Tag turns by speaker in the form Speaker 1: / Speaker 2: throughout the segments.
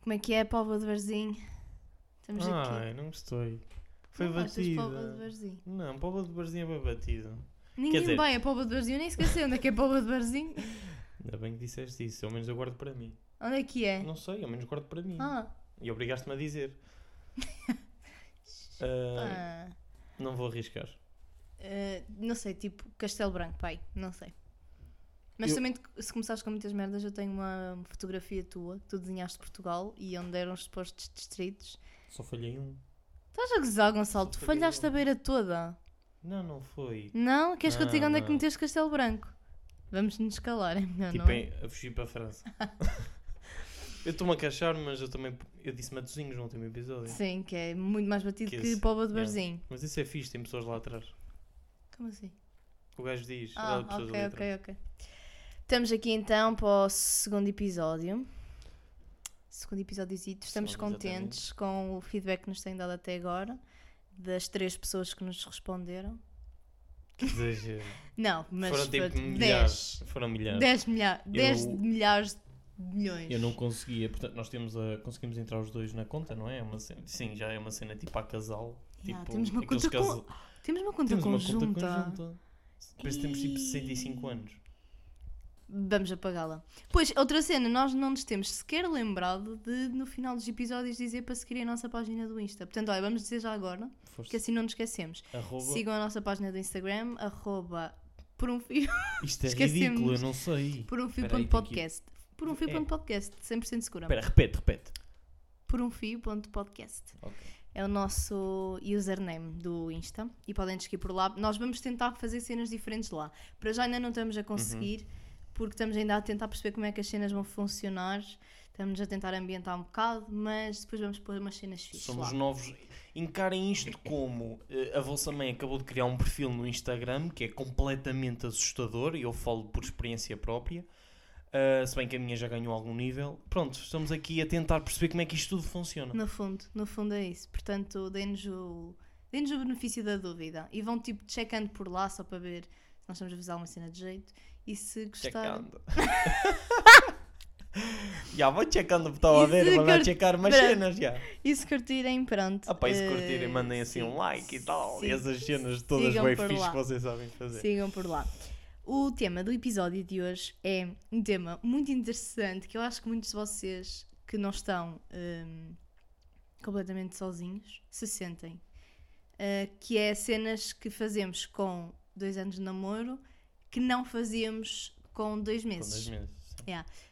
Speaker 1: Como é que é, Póvoa de Varzim? Estamos aqui.
Speaker 2: Ai, não gostei. Ah, é, Foi
Speaker 1: Não gostas de Póvoa de
Speaker 2: batida.
Speaker 1: Varzim.
Speaker 2: Não, Póvoa de Barzinha foi batida.
Speaker 1: Ninguém
Speaker 2: dizer-
Speaker 1: vai a Póvoa de Varzim, eu nem esqueci onde é que é Póvoa de Varzim.
Speaker 2: Ainda bem que disseste isso, ao menos eu guardo para mim.
Speaker 1: Onde é que é?
Speaker 2: Não sei, ao menos guardo para mim.
Speaker 1: Ah,
Speaker 2: E obrigaste-me a dizer. Ah,
Speaker 1: ah,
Speaker 2: Não vou arriscar.
Speaker 1: ah, não sei, tipo Castelo Branco, pai, não sei. Mas
Speaker 2: Eu-
Speaker 1: também, te- se começares com muitas merdas, eu tenho uma fotografia tua que tu desenhaste de Portugal e onde eram os supostos distritos.
Speaker 2: Só falhei um.
Speaker 1: Estás a gozar, Gonçalo?
Speaker 2: Só
Speaker 1: Tu
Speaker 2: falhei
Speaker 1: falhaste
Speaker 2: um.
Speaker 1: a beira toda.
Speaker 2: Não, não foi.
Speaker 1: Não? Queres que eu te diga
Speaker 2: Não,
Speaker 1: onde é que
Speaker 2: não.
Speaker 1: meteste Castelo Branco? Vamos nos calar, é melhor
Speaker 2: tipo,
Speaker 1: não.
Speaker 2: em- a fugir para a França. eu estou-me a queixar, mas eu também. Eu disse Matozinhos no último episódio.
Speaker 1: Sim, que é muito mais batido
Speaker 2: Que
Speaker 1: que,
Speaker 2: esse-
Speaker 1: Póvoa de
Speaker 2: yeah.
Speaker 1: Varzim.
Speaker 2: Mas isso é fixe, tem pessoas lá atrás.
Speaker 1: Como assim?
Speaker 2: O gajo diz.
Speaker 1: Ah,
Speaker 2: há pessoas
Speaker 1: ok,
Speaker 2: ali atrás.
Speaker 1: ok, ok. Estamos aqui então para o segundo episódio. Segundo episódiozito. Estamos
Speaker 2: Segundo,
Speaker 1: contentes com o feedback que nos têm dado até agora. Das três pessoas que nos responderam.
Speaker 2: Que exagero.
Speaker 1: Não, mas
Speaker 2: Foram tipo
Speaker 1: pronto,
Speaker 2: milhares. Foram milhares.
Speaker 1: 10 milhares.
Speaker 2: Eu-
Speaker 1: 10 milhares de milhões.
Speaker 2: Eu não conseguia, portanto, nós temos a, conseguimos entrar os dois na conta, não é? É uma cena- sim, já é uma cena tipo a casal.
Speaker 1: Ya,
Speaker 2: tipo,
Speaker 1: Ah, temos uma
Speaker 2: aqueles
Speaker 1: conta com-
Speaker 2: casal-
Speaker 1: Temos uma conta
Speaker 2: temos uma
Speaker 1: conjunta.
Speaker 2: conta conjunta. Parece que temos tipo 65
Speaker 1: Ih.
Speaker 2: anos.
Speaker 1: Vamos apagá-la. Pois, outra cena, nós não nos temos sequer lembrado de, no final dos episódios, dizer para seguir a nossa página do Insta. Portanto, olha, vamos dizer já agora,
Speaker 2: Foste
Speaker 1: que assim não nos esquecemos.
Speaker 2: arroba.
Speaker 1: Sigam a nossa página do Instagram, arroba por um fio,
Speaker 2: Isto é
Speaker 1: Esquecemos.
Speaker 2: ridículo, eu não sei.
Speaker 1: por um fio
Speaker 2: Espera aí,
Speaker 1: ponto podcast. Por um fio
Speaker 2: É.
Speaker 1: ponto podcast, 100% segura.
Speaker 2: Espera, repete, repete.
Speaker 1: Por um fio ponto podcast. É o nosso username do Insta e podem seguir por lá. Nós vamos tentar fazer cenas diferentes lá. Para já ainda não estamos a conseguir, porque estamos ainda a tentar perceber como é que as cenas vão funcionar. Estamos a tentar ambientar um bocado, mas depois vamos pôr umas cenas fixas
Speaker 2: Somos
Speaker 1: lá.
Speaker 2: novos. Encarem isto como eh, a vossa mãe acabou de criar um perfil no Instagram que é completamente assustador e eu falo por experiência própria. Ah, se bem que a minha já ganhou algum nível. Pronto, estamos aqui a tentar perceber como é que isto tudo funciona.
Speaker 1: No fundo, no fundo é isso. Portanto, deem-nos o, deem o benefício da dúvida e vão tipo checando por lá só para ver se nós estamos a fazer alguma cena de jeito e se gostar.
Speaker 2: Checando. já vou checando, estava a
Speaker 1: E se
Speaker 2: ver, vou lá
Speaker 1: cur-
Speaker 2: checar umas
Speaker 1: Pronto.
Speaker 2: cenas já.
Speaker 1: E se curtirem, pronto.
Speaker 2: Ah, pá, e se
Speaker 1: eh,
Speaker 2: curtirem, mandem assim
Speaker 1: sim,
Speaker 2: um like e tal.
Speaker 1: sim.
Speaker 2: E essas cenas todas
Speaker 1: Sigam
Speaker 2: bem
Speaker 1: por
Speaker 2: fixe
Speaker 1: lá.
Speaker 2: que vocês sabem fazer.
Speaker 1: Sigam por lá. O tema do episódio de hoje é um tema muito interessante que eu acho que muitos de vocês que não estão hum, completamente sozinhos se sentem. Uh, que é cenas que fazemos com dois anos de namoro que não fazíamos com dois
Speaker 2: Com dois
Speaker 1: meses.
Speaker 2: meses, sim.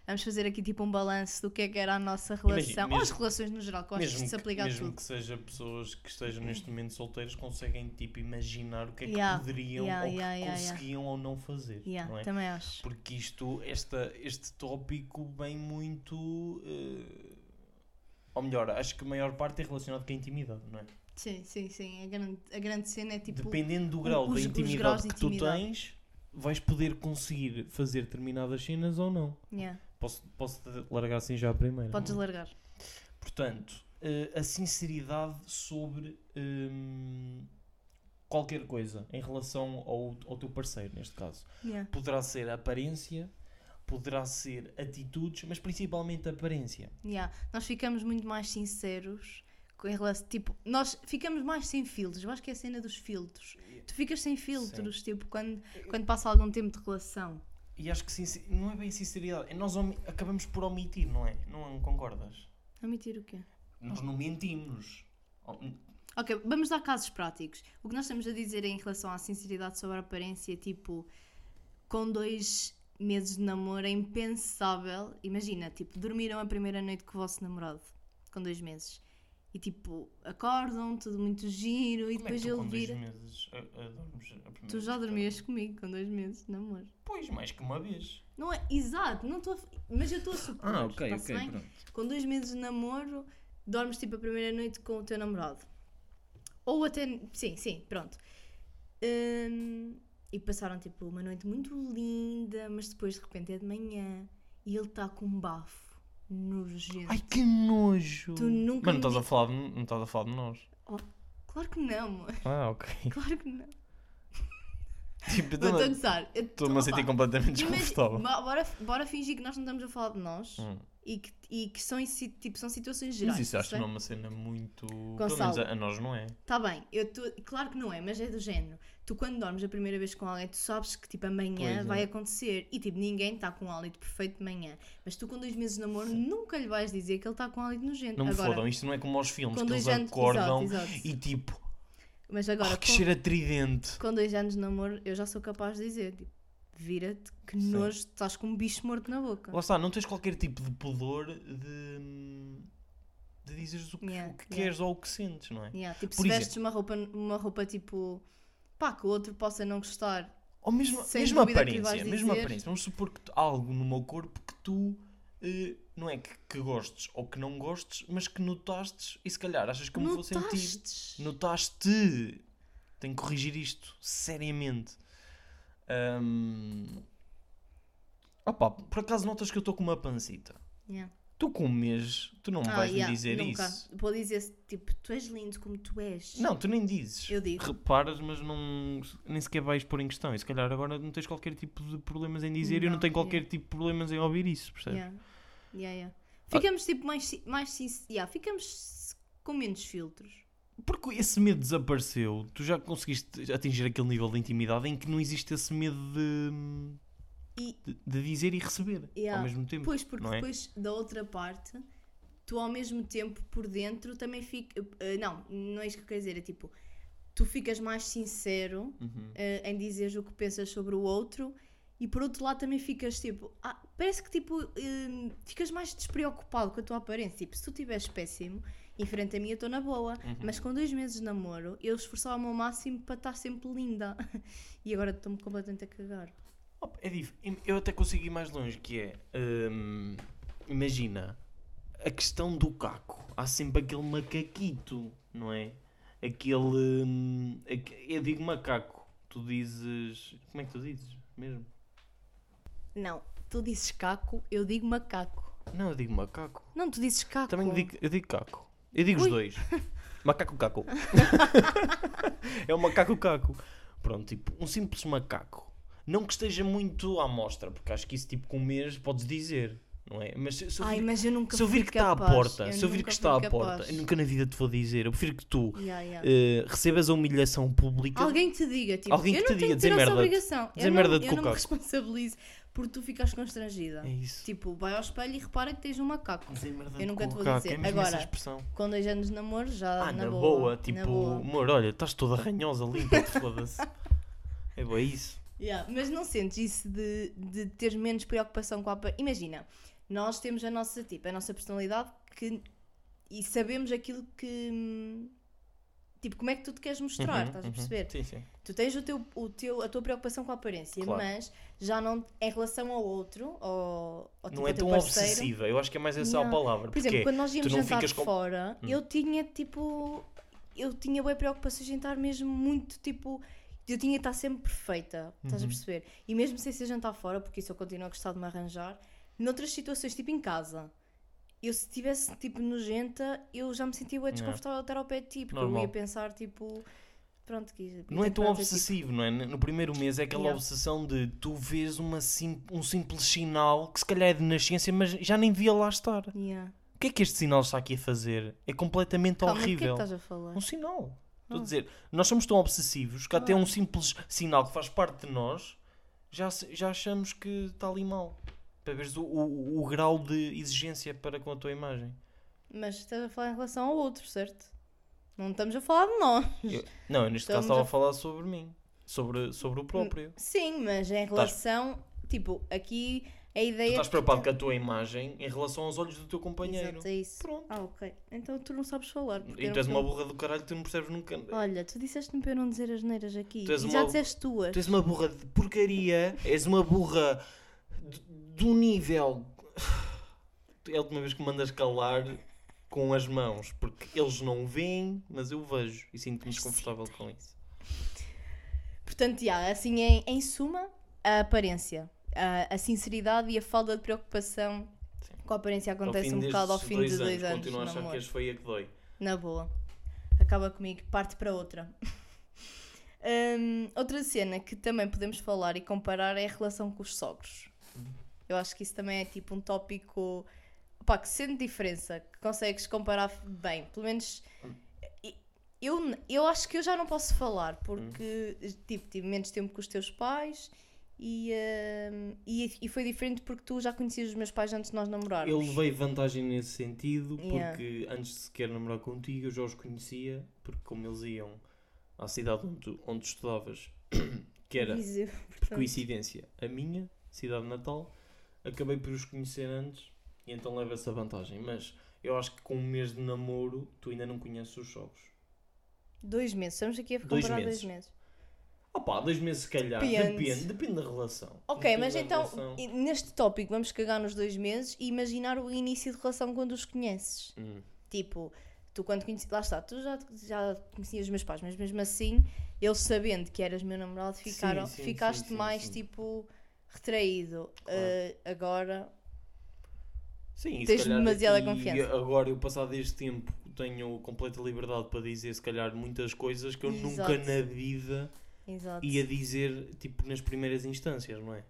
Speaker 1: Vamos fazer aqui tipo um balanço do que é que era a nossa
Speaker 2: Imagina,
Speaker 1: relação, ou as
Speaker 2: mesmo-
Speaker 1: relações no geral, que eu acho que
Speaker 2: mesmo
Speaker 1: isto se
Speaker 2: que,
Speaker 1: aplica a
Speaker 2: mesmo
Speaker 1: tudo. Uhum.
Speaker 2: que seja pessoas que estejam neste momento solteiras conseguem tipo imaginar o que é que
Speaker 1: Yeah,
Speaker 2: poderiam
Speaker 1: yeah,
Speaker 2: ou que
Speaker 1: yeah, yeah, yeah.
Speaker 2: conseguiam ou não fazer
Speaker 1: Yeah,
Speaker 2: não é?
Speaker 1: Também acho.
Speaker 2: porque isto esta, este tópico vem muito eh, ou melhor acho que a maior parte é relacionado com a intimidade não é
Speaker 1: Sim, sim, sim. A grande, a grande cena é tipo.
Speaker 2: dependendo do grau
Speaker 1: os-
Speaker 2: da
Speaker 1: os graus
Speaker 2: intimidade
Speaker 1: de
Speaker 2: que tu
Speaker 1: intimidade.
Speaker 2: tens vais poder conseguir fazer determinadas cenas ou não
Speaker 1: Yeah,
Speaker 2: posso posso te largar assim já a primeira
Speaker 1: Podes
Speaker 2: não é?
Speaker 1: largar.
Speaker 2: Portanto, eh, a sinceridade sobre hum, qualquer coisa em relação ao, ao teu parceiro, neste caso.
Speaker 1: Yeah.
Speaker 2: Poderá ser aparência, poderá ser atitudes, mas principalmente aparência.
Speaker 1: Yeah. Nós ficamos muito mais sinceros com- em relação. Tipo, nós ficamos mais sem filtros. Eu acho que é a cena dos filtros. Tu ficas sem filtros, tipo, quando, quando passa algum tempo de relação.
Speaker 2: E acho que sincer- não é bem sinceridade, é nós omi- acabamos por omitir, não é? Não concordas?
Speaker 1: Não mentir o quê?
Speaker 2: Nós não mentimos. Oh, Om-
Speaker 1: Ok, vamos dar casos práticos. O que nós estamos a dizer em relação à sinceridade sobre a aparência, tipo, com dois meses de namoro é impensável. Imagina, tipo, dormiram a primeira noite com o vosso namorado, com dois meses. E tipo, acordam, tudo muito giro, e
Speaker 2: Como é que
Speaker 1: depois
Speaker 2: tu
Speaker 1: ele
Speaker 2: com dois
Speaker 1: vira.
Speaker 2: meses a- a dormes a primeira
Speaker 1: Tu já
Speaker 2: vez?
Speaker 1: dormias comigo com dois meses de namoro.
Speaker 2: Pois, mais que uma vez.
Speaker 1: Não é? Exato, não estou a... mas eu estou a supor. tá-se bem?
Speaker 2: Ah, pronto.
Speaker 1: Com dois meses de namoro, dormes tipo a primeira noite com o teu namorado. Ou até. Sim, sim, pronto. Hum, e passaram tipo uma noite muito linda, mas depois de repente é de manhã e ele está com um bafo nojento.
Speaker 2: Ai que nojo!
Speaker 1: Tu nunca
Speaker 2: Mas
Speaker 1: me
Speaker 2: não estás, a
Speaker 1: di-
Speaker 2: falar de, não estás a falar de nós.
Speaker 1: Claro que não, amor.
Speaker 2: Ah, ok.
Speaker 1: Claro que não. Eu
Speaker 2: Tipo,
Speaker 1: Estou a
Speaker 2: estou-me
Speaker 1: gozar. Eu
Speaker 2: estou-me a sentir
Speaker 1: opa,
Speaker 2: completamente
Speaker 1: imagina-
Speaker 2: desconfortável.
Speaker 1: Bora, bora fingir que nós não estamos a falar de nós.
Speaker 2: Hum.
Speaker 1: e que, e que são, em si- tipo, são situações gerais.
Speaker 2: Mas isso acho que
Speaker 1: percebe?
Speaker 2: não é uma cena muito. Pelo
Speaker 1: Gonçalo.
Speaker 2: menos a, a nós não é.
Speaker 1: Tá bem, eu tô... claro que não é, mas é do género. Tu quando dormes a primeira vez com alguém, tu sabes que tipo amanhã
Speaker 2: Pois é.
Speaker 1: vai acontecer e tipo ninguém está com um hálito perfeito de manhã. Mas tu com dois meses de namoro nunca lhe vais dizer que ele está com um hálito nojento.
Speaker 2: Não me
Speaker 1: agora,
Speaker 2: fodam, isto não é como aos filmes
Speaker 1: com
Speaker 2: que eles
Speaker 1: dois anos,
Speaker 2: acordam
Speaker 1: exato, exato.
Speaker 2: e tipo,
Speaker 1: Mas agora
Speaker 2: "Ah, que
Speaker 1: com,
Speaker 2: cheiro a tridente.
Speaker 1: com dois anos de namoro eu já sou capaz de dizer, tipo, vira-te que
Speaker 2: Sim. Oh,
Speaker 1: nojo, estás com um bicho morto na boca.
Speaker 2: Lá está, não tens qualquer tipo de pudor de, hum, de dizeres o que,
Speaker 1: Yeah,
Speaker 2: o que
Speaker 1: yeah.
Speaker 2: queres ou o que sentes, não é?
Speaker 1: Yeah, tipo,
Speaker 2: Por
Speaker 1: se
Speaker 2: exemplo-
Speaker 1: vestes uma roupa, uma roupa tipo pá, que o outro possa não gostar.
Speaker 2: Ou mesmo,
Speaker 1: Sem
Speaker 2: mesmo
Speaker 1: dúvida que lhe
Speaker 2: aparência,
Speaker 1: vais
Speaker 2: mesmo
Speaker 1: dizer.
Speaker 2: aparência. Vamos supor que tu- há algo no meu corpo que tu eh, não é que, que gostes ou que não gostes, mas que notastes e se calhar achas que eu me vou sentir.
Speaker 1: Notastes?
Speaker 2: Notaste! Tenho que corrigir isto seriamente. Ahm, Opa, por acaso notas que eu estou com uma pancita?
Speaker 1: Yeah.
Speaker 2: Tu comes, tu não me
Speaker 1: Ah,
Speaker 2: vais
Speaker 1: yeah,
Speaker 2: me dizer
Speaker 1: nunca.
Speaker 2: isso.
Speaker 1: Vou dizer tipo, tu és lindo como tu és.
Speaker 2: Não, tu nem dizes.
Speaker 1: Eu digo.
Speaker 2: Reparas, mas não, nem sequer vais pôr em questão. E se calhar agora não tens qualquer tipo de problemas em dizer e eu não
Speaker 1: Não,
Speaker 2: tenho qualquer
Speaker 1: yeah.
Speaker 2: tipo de problemas em ouvir isso, percebes?
Speaker 1: Yeah. Yeah, yeah.
Speaker 2: Ah.
Speaker 1: Ficamos tipo mais, si- mais sinceros. ficamos com menos filtros.
Speaker 2: Porque esse medo desapareceu. Tu já conseguiste atingir aquele nível de intimidade em que não existe esse medo de,
Speaker 1: E
Speaker 2: de- de dizer e receber
Speaker 1: Yeah.
Speaker 2: ao mesmo tempo.
Speaker 1: depois, porque
Speaker 2: não é?
Speaker 1: depois da outra parte, tu ao mesmo tempo por dentro também fica. eh, não, não é isso que eu quero dizer. É tipo, tu ficas mais sincero
Speaker 2: Uhum.
Speaker 1: eh, em dizeres o que pensas sobre o outro. E por outro lado também ficas tipo, ah, parece que tipo, eh, ficas mais despreocupado com a tua aparência. Tipo, se tu estiveres péssimo, em frente a mim eu estou na boa.
Speaker 2: Uhum.
Speaker 1: Mas com dois meses de namoro, eu esforçava-me ao máximo para estar sempre linda. E agora estou-me completamente a cagar.
Speaker 2: Opa, é dif- Eu até consigo ir mais longe, que é... hum, imagina, a questão do caco. Há sempre aquele macaquito, não é? Aquele... hum, aque- eu digo macaco. Tu dizes... Como é que tu dizes mesmo?
Speaker 1: Não, tu dizes caco, eu digo macaco.
Speaker 2: Não, eu digo macaco.
Speaker 1: Não, tu dizes caco.
Speaker 2: Também digo, eu digo caco. Eu digo os
Speaker 1: Ui.
Speaker 2: dois. Macaco-caco. é um macaco-caco. Pronto, tipo, um simples macaco. Não que esteja muito à mostra, porque acho que isso, tipo, com um mês podes dizer, não é? Mas se, se eu
Speaker 1: Ai,
Speaker 2: vir-
Speaker 1: mas eu nunca
Speaker 2: se eu vir
Speaker 1: fui
Speaker 2: que está à
Speaker 1: capaz.
Speaker 2: porta,
Speaker 1: Eu
Speaker 2: se eu vir
Speaker 1: nunca
Speaker 2: que está
Speaker 1: fui
Speaker 2: à porta,
Speaker 1: capaz.
Speaker 2: eu nunca na vida te vou dizer. Eu prefiro que tu
Speaker 1: Yeah, yeah.
Speaker 2: eh, recebas a humilhação pública.
Speaker 1: Alguém que te diga, tipo,
Speaker 2: Alguém
Speaker 1: eu
Speaker 2: que
Speaker 1: não tenho
Speaker 2: te diga,
Speaker 1: que
Speaker 2: dizer
Speaker 1: ter essa
Speaker 2: merda-te.
Speaker 1: obrigação.
Speaker 2: Dizer
Speaker 1: eu
Speaker 2: merda-te
Speaker 1: não,
Speaker 2: com
Speaker 1: eu
Speaker 2: o
Speaker 1: não me
Speaker 2: caco.
Speaker 1: responsabilizo por tu ficares constrangida.
Speaker 2: É isso.
Speaker 1: Tipo, vai ao espelho e repara que tens um macaco.
Speaker 2: Dizer merda
Speaker 1: Eu nunca
Speaker 2: é com
Speaker 1: te
Speaker 2: o
Speaker 1: vou
Speaker 2: caco,
Speaker 1: dizer.
Speaker 2: É mesmo essa
Speaker 1: Agora,
Speaker 2: expressão.
Speaker 1: Com dois anos de namoro, já
Speaker 2: Ah,
Speaker 1: na, boa, na
Speaker 2: tipo,
Speaker 1: boa.
Speaker 2: amor, olha, estás toda ranhosa, limpa-te, foda-se. é boa isso.
Speaker 1: Yeah, Mas não sentes isso de, de teres menos preocupação com a apa- Imagina, nós temos a nossa tipo, a nossa personalidade que e sabemos aquilo que hum, tipo como é que tu te queres mostrar,
Speaker 2: Uhum,
Speaker 1: estás a
Speaker 2: uhum.
Speaker 1: perceber?
Speaker 2: Sim, sim.
Speaker 1: Tu tens o teu, o teu, a tua preocupação com a aparência,
Speaker 2: Claro.
Speaker 1: mas já não em relação ao outro, ao, ao tipo,
Speaker 2: não é
Speaker 1: ao teu
Speaker 2: tão
Speaker 1: parceiro.
Speaker 2: obsessiva, eu acho que é mais essa a
Speaker 1: Não.
Speaker 2: palavra.
Speaker 1: Por exemplo,
Speaker 2: porque é,
Speaker 1: quando nós íamos
Speaker 2: tu não
Speaker 1: jantar
Speaker 2: ficas com- Hum.
Speaker 1: fora, eu tinha tipo. Eu tinha boa preocupações em estar mesmo muito tipo. Eu tinha de estar sempre perfeita, estás a
Speaker 2: Uhum.
Speaker 1: perceber? E mesmo sem ser jantar fora, porque isso eu continuo a gostar de me arranjar, noutras situações, tipo em casa, eu se estivesse tipo nojenta, eu já me sentia bem
Speaker 2: Yeah.
Speaker 1: desconfortável de estar ao pé de ti, porque eu
Speaker 2: Normal.
Speaker 1: ia pensar tipo. Pronto, que
Speaker 2: não é tão
Speaker 1: pronto, tipo,
Speaker 2: obsessivo, não é? No primeiro mês é aquela
Speaker 1: Yeah.
Speaker 2: obsessão de tu vês uma sim- um simples sinal que se calhar é de nascença, mas já nem via lá estar.
Speaker 1: yeah.
Speaker 2: O que é que este sinal está aqui a fazer? É completamente
Speaker 1: Calma, do que é que
Speaker 2: horrível.
Speaker 1: estás a falar?
Speaker 2: Um sinal. Estou
Speaker 1: Ah.
Speaker 2: a dizer, nós somos tão obsessivos que até
Speaker 1: Claro.
Speaker 2: um simples sinal que faz parte de nós já, se- já achamos que está ali mal. Para veres o, o- o grau de exigência para com a tua imagem.
Speaker 1: Mas estás a falar em relação ao outro, certo? Não estamos a falar de nós.
Speaker 2: Eu- não, eu
Speaker 1: Estamos
Speaker 2: neste caso estava
Speaker 1: a- Hum,
Speaker 2: a falar sobre mim. Sobre, sobre o próprio.
Speaker 1: Sim, mas em relação, tipo, aqui a
Speaker 2: Tu
Speaker 1: ideia.
Speaker 2: estás preocupado com a tua imagem em relação aos olhos do teu companheiro.
Speaker 1: Exato, é isso.
Speaker 2: Pronto.
Speaker 1: Ah, ok. Então tu não sabes falar. porque eu
Speaker 2: E
Speaker 1: não
Speaker 2: tu és uma
Speaker 1: sei-
Speaker 2: burra do caralho, tu não percebes nunca.
Speaker 1: Olha, tu disseste-me para eu não dizer as neiras aqui.
Speaker 2: Tu és
Speaker 1: e
Speaker 2: uma-
Speaker 1: já disseste tuas.
Speaker 2: Tu és uma burra de porcaria, és uma burra de, de um nível. É a última vez que me mandas calar com as mãos, porque eles não veem, mas eu vejo e sinto-me desconfortável com isso.
Speaker 1: Portanto, já, assim, em, em suma, a aparência, a, a sinceridade e a falta de preocupação
Speaker 2: Sim.
Speaker 1: com a aparência acontece um
Speaker 2: destes
Speaker 1: bocado ao fim de dois anos.
Speaker 2: Continuo a
Speaker 1: no
Speaker 2: achar
Speaker 1: amor.
Speaker 2: que és feia que dói.
Speaker 1: Na boa. Acaba comigo, parte para outra. Hum, outra cena que também podemos falar e comparar é a relação com os sogros. Eu acho que isso também é tipo um tópico pá, que sente diferença, que consegues comparar bem, pelo menos e- eu, eu acho que eu já não posso falar porque tipo, tive menos tempo com os teus pais e, hum, e, e foi diferente porque tu já conhecias os meus pais antes de nós namorarmos.
Speaker 2: Eu levei vantagem nesse sentido,
Speaker 1: Yeah.
Speaker 2: porque antes de sequer namorar contigo, eu já os conhecia, porque como eles iam à cidade onde, tu- onde estudavas, que era,
Speaker 1: Viseu,
Speaker 2: por
Speaker 1: portanto.
Speaker 2: coincidência, a minha cidade natal, acabei por os conhecer antes, e então levo essa vantagem. Mas eu acho que com um mês de namoro, tu ainda não conheces os jogos.
Speaker 1: Dois meses, estamos aqui a
Speaker 2: Dois
Speaker 1: comparar dois
Speaker 2: meses.
Speaker 1: meses.
Speaker 2: Opá, dois meses se calhar,
Speaker 1: Depende.
Speaker 2: depende, depende, da relação.
Speaker 1: Ok,
Speaker 2: Depende
Speaker 1: mas
Speaker 2: da
Speaker 1: então
Speaker 2: relação.
Speaker 1: e- neste tópico vamos cagar nos dois meses e imaginar o início de relação quando os conheces.
Speaker 2: Hum.
Speaker 1: Tipo, tu quando conheci, lá está, tu já, já conhecias os meus pais, mas mesmo assim, eles sabendo que eras meu namorado, ficaram,
Speaker 2: sim,
Speaker 1: ficaste
Speaker 2: sim, sim,
Speaker 1: mais
Speaker 2: sim.
Speaker 1: tipo retraído.
Speaker 2: Claro.
Speaker 1: Eh, agora,
Speaker 2: Sim, e se
Speaker 1: Tens
Speaker 2: calhar
Speaker 1: demasiada
Speaker 2: aqui,
Speaker 1: confiança.
Speaker 2: Agora, eu passado este tempo, tenho completa liberdade para dizer, se calhar, muitas coisas que eu
Speaker 1: Exato.
Speaker 2: nunca na vida
Speaker 1: exato.
Speaker 2: ia dizer, tipo, nas primeiras instâncias, não é?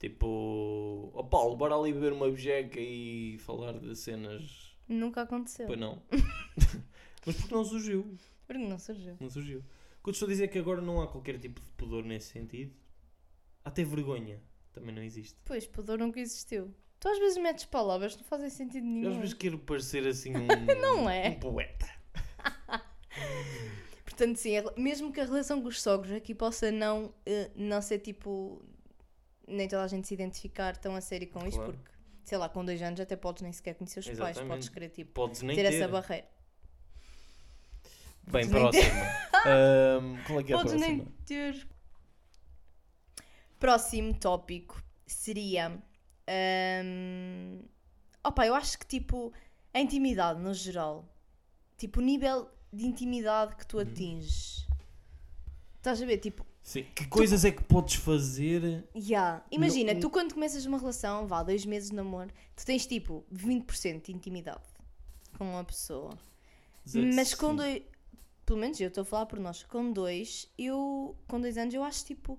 Speaker 2: Tipo, opá, levar ali beber uma bejeca e falar de cenas.
Speaker 1: Nunca aconteceu.
Speaker 2: Pois não. Mas porque não surgiu.
Speaker 1: Porque não surgiu.
Speaker 2: Não surgiu. O que eu te estou a dizer é que agora não há qualquer tipo de pudor nesse sentido. Há Até vergonha também não existe.
Speaker 1: Pois, pudor nunca existiu. Tu às vezes metes palavras que não fazem sentido
Speaker 2: Eu
Speaker 1: nenhum.
Speaker 2: às vezes quero parecer assim um,
Speaker 1: é. Não é.
Speaker 2: um poeta.
Speaker 1: Portanto, sim, a- mesmo que a relação com os sogros aqui possa não, eh, não ser tipo. nem toda a gente se identificar tão a sério com isto,
Speaker 2: Claro.
Speaker 1: porque sei lá, com dois anos até podes nem sequer conhecer os pais,
Speaker 2: Exatamente.
Speaker 1: podes querer tipo.
Speaker 2: Podes nem
Speaker 1: Ter essa barreira.
Speaker 2: Bem,
Speaker 1: Podes nem
Speaker 2: próxima. Ahm, qual é que é a
Speaker 1: Podes
Speaker 2: próxima?
Speaker 1: nem ter. Próximo tópico seria. hum, Opa, eu acho que tipo. A intimidade no geral. Tipo, o nível de intimidade que
Speaker 2: Uhum.
Speaker 1: tu atinges. Estás a ver? Tipo,
Speaker 2: Sim. Que coisas é que podes fazer?
Speaker 1: Yeah. Imagina,
Speaker 2: Não-
Speaker 1: tu quando começas uma relação, vá, dois meses de namoro, tu tens tipo 20% de intimidade com uma pessoa. Mas com
Speaker 2: Sim.
Speaker 1: dois. Pelo menos eu estou a falar por nós. Com dois, eu. Com dois anos, eu acho tipo.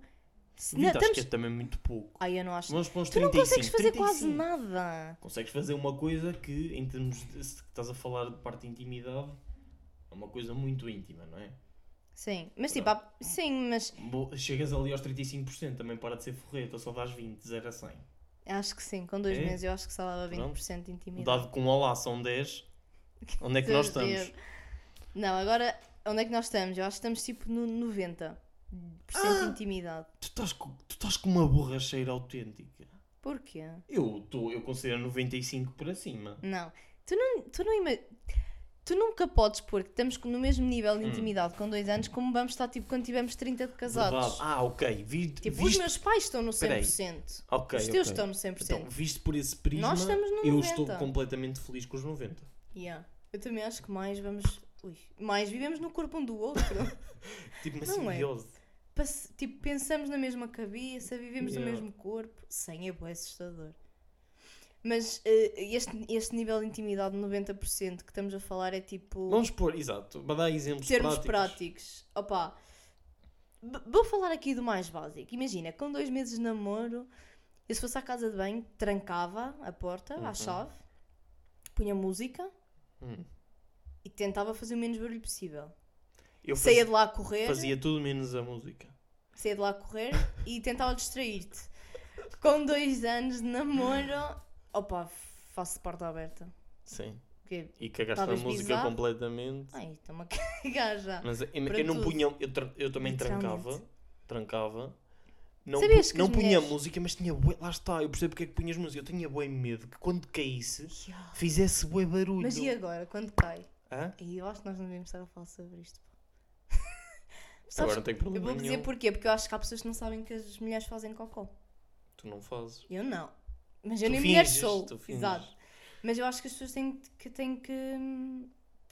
Speaker 1: Se não,
Speaker 2: 20 acho que é
Speaker 1: estamos...
Speaker 2: também muito pouco.
Speaker 1: Ai, eu não acho.
Speaker 2: Vamos para uns
Speaker 1: tu não
Speaker 2: 35.
Speaker 1: consegues fazer
Speaker 2: 35.
Speaker 1: quase nada.
Speaker 2: Consegues fazer uma coisa que, em termos de... Se estás a falar de parte de intimidade, é uma coisa muito íntima, não é?
Speaker 1: Sim, mas tipo,
Speaker 2: Pronto.
Speaker 1: há- sim, mas
Speaker 2: Bo- Chegas ali aos 35%, também para de ser forreta, só dás 20, 0 a 100.
Speaker 1: acho que sim, com dois
Speaker 2: É?
Speaker 1: meses eu acho que só dava
Speaker 2: Pronto.
Speaker 1: 20% de intimidade.
Speaker 2: Dado com um olá são 10, onde é que nós estamos?
Speaker 1: Não, agora onde é que nós estamos? Eu acho que estamos tipo no 90%
Speaker 2: Ah!
Speaker 1: de intimidade.
Speaker 2: Tu estás, com, tu estás com uma borracheira autêntica.
Speaker 1: Porquê?
Speaker 2: Eu, tô, eu considero 95 para cima.
Speaker 1: Não. Tu não, tu não ima- Tu nunca podes pôr que estamos no mesmo nível
Speaker 2: Hum.
Speaker 1: de intimidade com dois anos como vamos estar tipo quando tivermos 30 de casados.
Speaker 2: Verdade. Ah, ok. Vi,
Speaker 1: Tipo, os
Speaker 2: viste,
Speaker 1: meus pais estão no 100%.
Speaker 2: Peraí. Ok,
Speaker 1: os teus
Speaker 2: ok.
Speaker 1: estão no 100%.
Speaker 2: Então, visto por esse prisma,
Speaker 1: Nós estamos no
Speaker 2: eu
Speaker 1: 90.
Speaker 2: estou completamente feliz com os 90.
Speaker 1: Yeah. Eu também acho que mais vamos. Ui, mais vivemos no corpo um do outro.
Speaker 2: Tipo, uma
Speaker 1: Não é.
Speaker 2: simbiose.
Speaker 1: Passe- tipo, pensamos na mesma cabeça, vivemos no
Speaker 2: Yeah.
Speaker 1: mesmo corpo. Sem é bué assustador. Mas eh, este, este nível de intimidade de 90% que estamos a falar é tipo.
Speaker 2: Vamos pôr, exato, para dar exemplos
Speaker 1: termos práticos.
Speaker 2: práticos.
Speaker 1: Opa, b- vou falar aqui do mais básico. Imagina, com dois meses de namoro, eu se fosse à casa de banho, trancava a porta, à
Speaker 2: Uhum.
Speaker 1: chave, punha música
Speaker 2: Hum.
Speaker 1: e tentava fazer o menos barulho possível.
Speaker 2: Eu
Speaker 1: saía
Speaker 2: fazia,
Speaker 1: de lá a correr,
Speaker 2: fazia tudo menos a música.
Speaker 1: saía de lá a correr e tentava distrair-te. Com dois anos de namoro, opa, faço porta aberta.
Speaker 2: Sim.
Speaker 1: Porque,
Speaker 2: E cagaste
Speaker 1: Estavas
Speaker 2: a música
Speaker 1: bizarro.
Speaker 2: completamente.
Speaker 1: ai, estou-me a cagar já.
Speaker 2: Mas eu,
Speaker 1: Para
Speaker 2: eu não
Speaker 1: tudo.
Speaker 2: punha, eu, tra- eu também
Speaker 1: Literalmente.
Speaker 2: trancava, trancava. Não,
Speaker 1: Sabias
Speaker 2: pu-
Speaker 1: que
Speaker 2: não
Speaker 1: as
Speaker 2: punha
Speaker 1: mulheres-
Speaker 2: música, mas tinha bué, lá está, eu percebo porque é que punhas música, eu tinha bué medo que quando caísse, fizesse bué barulho.
Speaker 1: Mas e agora, quando cai?
Speaker 2: Hã?
Speaker 1: E eu acho que nós não devíamos estar a falar sobre isto. pá. Sabes-
Speaker 2: Agora não tenho
Speaker 1: eu
Speaker 2: problema
Speaker 1: vou dizer
Speaker 2: nenhum.
Speaker 1: porquê, porque eu acho que há pessoas que não sabem que as mulheres fazem cocó.
Speaker 2: Tu não fazes.
Speaker 1: Eu não. Mas eu nem
Speaker 2: Tu
Speaker 1: mulher
Speaker 2: finges,
Speaker 1: sou.
Speaker 2: tu finges.
Speaker 1: Exato. Mas eu acho que as pessoas têm que. Têm que, hum,